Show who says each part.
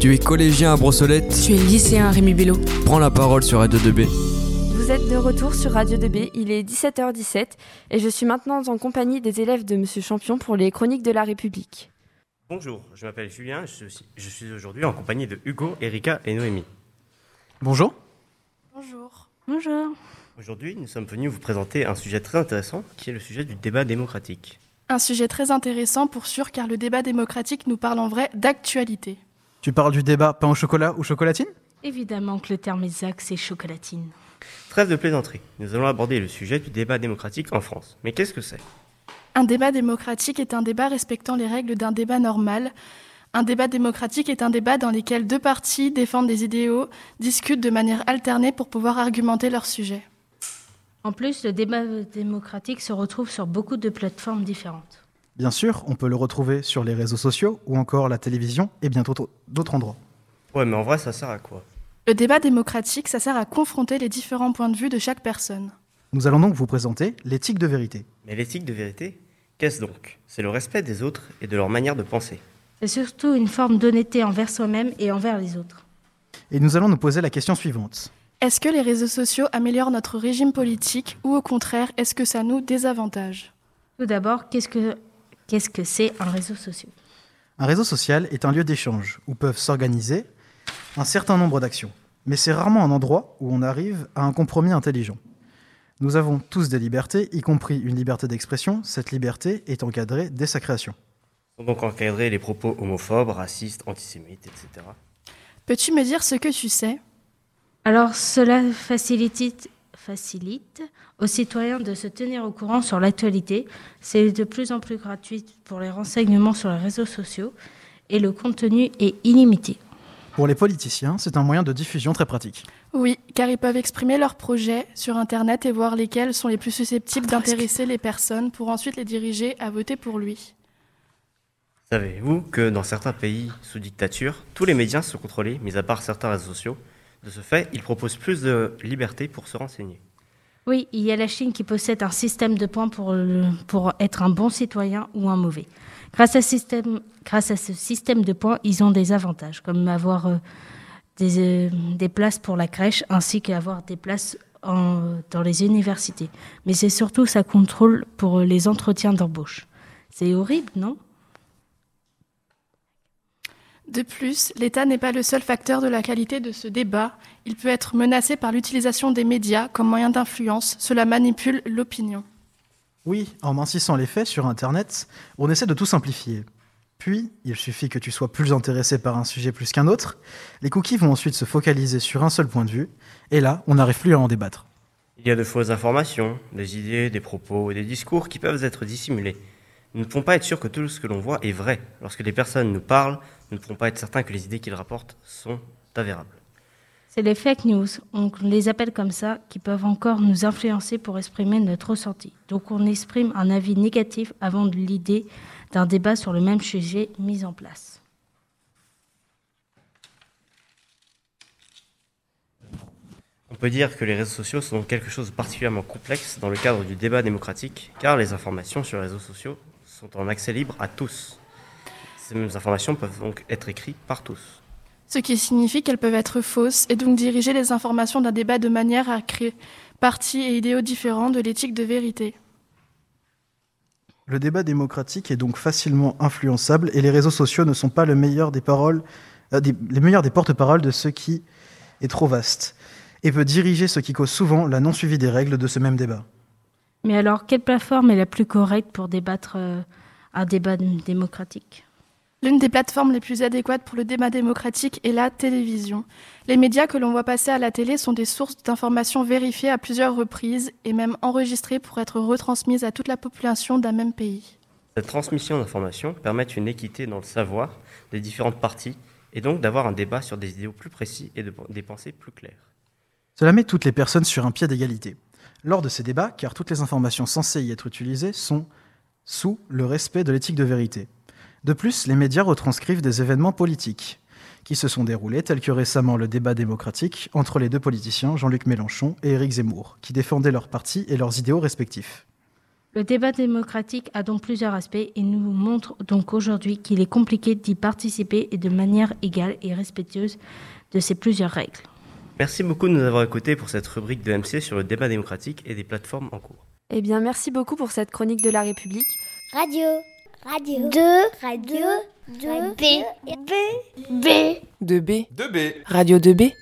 Speaker 1: Tu es collégien à Brossolette
Speaker 2: Tu es lycéen à Rémi Bello.
Speaker 1: Prends la parole sur Radio 2B.
Speaker 3: Vous êtes de retour sur Radio 2B, il est 17h17 et je suis maintenant en compagnie des élèves de Monsieur Champion pour les Chroniques de la République.
Speaker 4: Bonjour, je m'appelle Julien, je suis, je suis aujourd'hui en compagnie de Hugo, Erika et Noémie.
Speaker 5: Bonjour.
Speaker 6: Bonjour.
Speaker 3: Bonjour.
Speaker 4: Aujourd'hui, nous sommes venus vous présenter un sujet très intéressant qui est le sujet du débat démocratique.
Speaker 6: Un sujet très intéressant pour sûr car le débat démocratique nous parle en vrai d'actualité.
Speaker 5: Tu parles du débat pain au chocolat ou chocolatine
Speaker 7: Évidemment que le terme exact c'est chocolatine.
Speaker 4: Trêve de plaisanterie, nous allons aborder le sujet du débat démocratique en France. Mais qu'est-ce que c'est
Speaker 6: Un débat démocratique est un débat respectant les règles d'un débat normal. Un débat démocratique est un débat dans lequel deux parties défendent des idéaux, discutent de manière alternée pour pouvoir argumenter leur sujet.
Speaker 7: En plus, le débat démocratique se retrouve sur beaucoup de plateformes différentes.
Speaker 5: Bien sûr, on peut le retrouver sur les réseaux sociaux ou encore la télévision et bien d'autres d'autres endroits.
Speaker 4: Ouais, mais en vrai, ça sert à quoi
Speaker 6: Le débat démocratique, ça sert à confronter les différents points de vue de chaque personne.
Speaker 5: Nous allons donc vous présenter l'éthique de vérité.
Speaker 4: Mais l'éthique de vérité, qu'est-ce donc C'est le respect des autres et de leur manière de penser.
Speaker 7: C'est surtout une forme d'honnêteté envers soi-même et envers les autres.
Speaker 5: Et nous allons nous poser la question suivante.
Speaker 6: Est-ce que les réseaux sociaux améliorent notre régime politique ou au contraire, est-ce que ça nous désavantage
Speaker 7: Tout d'abord, qu'est-ce que qu'est-ce que c'est un réseau social
Speaker 5: Un réseau social est un lieu d'échange où peuvent s'organiser un certain nombre d'actions, mais c'est rarement un endroit où on arrive à un compromis intelligent. Nous avons tous des libertés, y compris une liberté d'expression, cette liberté est encadrée dès sa création.
Speaker 4: Sont donc encadrer les propos homophobes, racistes, antisémites, etc.
Speaker 6: Peux-tu me dire ce que tu sais
Speaker 7: Alors cela facilite, facilite aux citoyens de se tenir au courant sur l'actualité. C'est de plus en plus gratuit pour les renseignements sur les réseaux sociaux et le contenu est illimité.
Speaker 5: Pour les politiciens, c'est un moyen de diffusion très pratique.
Speaker 6: Oui, car ils peuvent exprimer leurs projets sur Internet et voir lesquels sont les plus susceptibles d'intéresser les personnes pour ensuite les diriger à voter pour lui.
Speaker 4: Savez-vous que dans certains pays sous dictature, tous les médias sont contrôlés, mis à part certains réseaux sociaux De ce fait, ils proposent plus de liberté pour se renseigner.
Speaker 7: Oui, il y a la Chine qui possède un système de points pour, le- pour être un bon citoyen ou un mauvais. Grâce à, système- grâce à ce système de points, ils ont des avantages, comme avoir euh, des, euh, des places pour la crèche ainsi qu'avoir des places en- dans les universités. Mais c'est surtout ça contrôle pour les entretiens d'embauche. C'est horrible, non
Speaker 6: De plus, l'État n'est pas le seul facteur de la qualité de ce débat. Il peut être menacé par l'utilisation des médias comme moyen d'influence. Cela manipule l'opinion.
Speaker 5: Oui, en mincissant les faits sur Internet, on essaie de tout simplifier. Puis, il suffit que tu sois plus intéressé par un sujet plus qu'un autre, les cookies vont ensuite se focaliser sur un seul point de vue, et là, on n'arrive plus à en débattre.
Speaker 4: Il y a de fausses informations, des idées, des propos et des discours qui peuvent être dissimulés. Nous ne pouvons pas être sûrs que tout ce que l'on voit est vrai. Lorsque des personnes nous parlent, nous ne pouvons pas être certains que les idées qu'ils rapportent sont avérables.
Speaker 7: C'est les fake news, on les appelle comme ça, qui peuvent encore nous influencer pour exprimer notre ressenti. Donc on exprime un avis négatif avant de l'idée d'un débat sur le même sujet mis en place.
Speaker 4: On peut dire que les réseaux sociaux sont donc quelque chose de particulièrement complexe dans le cadre du débat démocratique, car les informations sur les réseaux sociaux sont en accès libre à tous. Ces mêmes informations peuvent donc être écrites par tous.
Speaker 6: Ce qui signifie qu'elles peuvent être fausses et donc diriger les informations d'un débat de manière à créer partis et idéaux différents de l'éthique de vérité.
Speaker 5: Le débat démocratique est donc facilement influençable, et les réseaux sociaux ne sont pas le meilleur des paroles, euh, des- les meilleurs des porte-paroles de ce qui est trop vaste, et peut diriger ce qui cause souvent la non-suivi des règles de ce même débat.
Speaker 7: Mais alors, quelle plateforme est la plus correcte pour débattre euh, un débat d- démocratique
Speaker 6: L'une des plateformes les plus adéquates pour le débat démocratique est la télévision. Les médias que l'on voit passer à la télé sont des sources d'informations vérifiées à plusieurs reprises et même enregistrées pour être retransmises à toute la population d'un même pays.
Speaker 4: Cette transmission d'informations permet une équité dans le savoir des différentes parties, et donc d'avoir un débat sur des idéaux plus précis et de- des pensées plus claires.
Speaker 5: Cela met toutes les personnes sur un pied d'égalité. Lors de ces débats, car toutes les informations censées y être utilisées sont sous le respect de l'éthique de vérité. De plus, les médias retranscrivent des événements politiques qui se sont déroulés, tels que récemment le débat démocratique entre les deux politiciens Jean-Luc Mélenchon et Éric Zemmour, qui défendaient leur parti et leurs idéaux respectifs.
Speaker 7: Le débat démocratique a donc plusieurs aspects et nous montre donc aujourd'hui qu'il est compliqué d'y participer et de manière égale et respectueuse de ces plusieurs règles.
Speaker 4: Merci beaucoup de nous avoir écoutés pour cette rubrique de MC sur le débat démocratique et des plateformes en cours.
Speaker 3: Eh bien, merci beaucoup pour cette chronique de la République.
Speaker 2: Radio. Radio. 2. Radio. 2. B. B. B.
Speaker 8: De B. Radio 2B.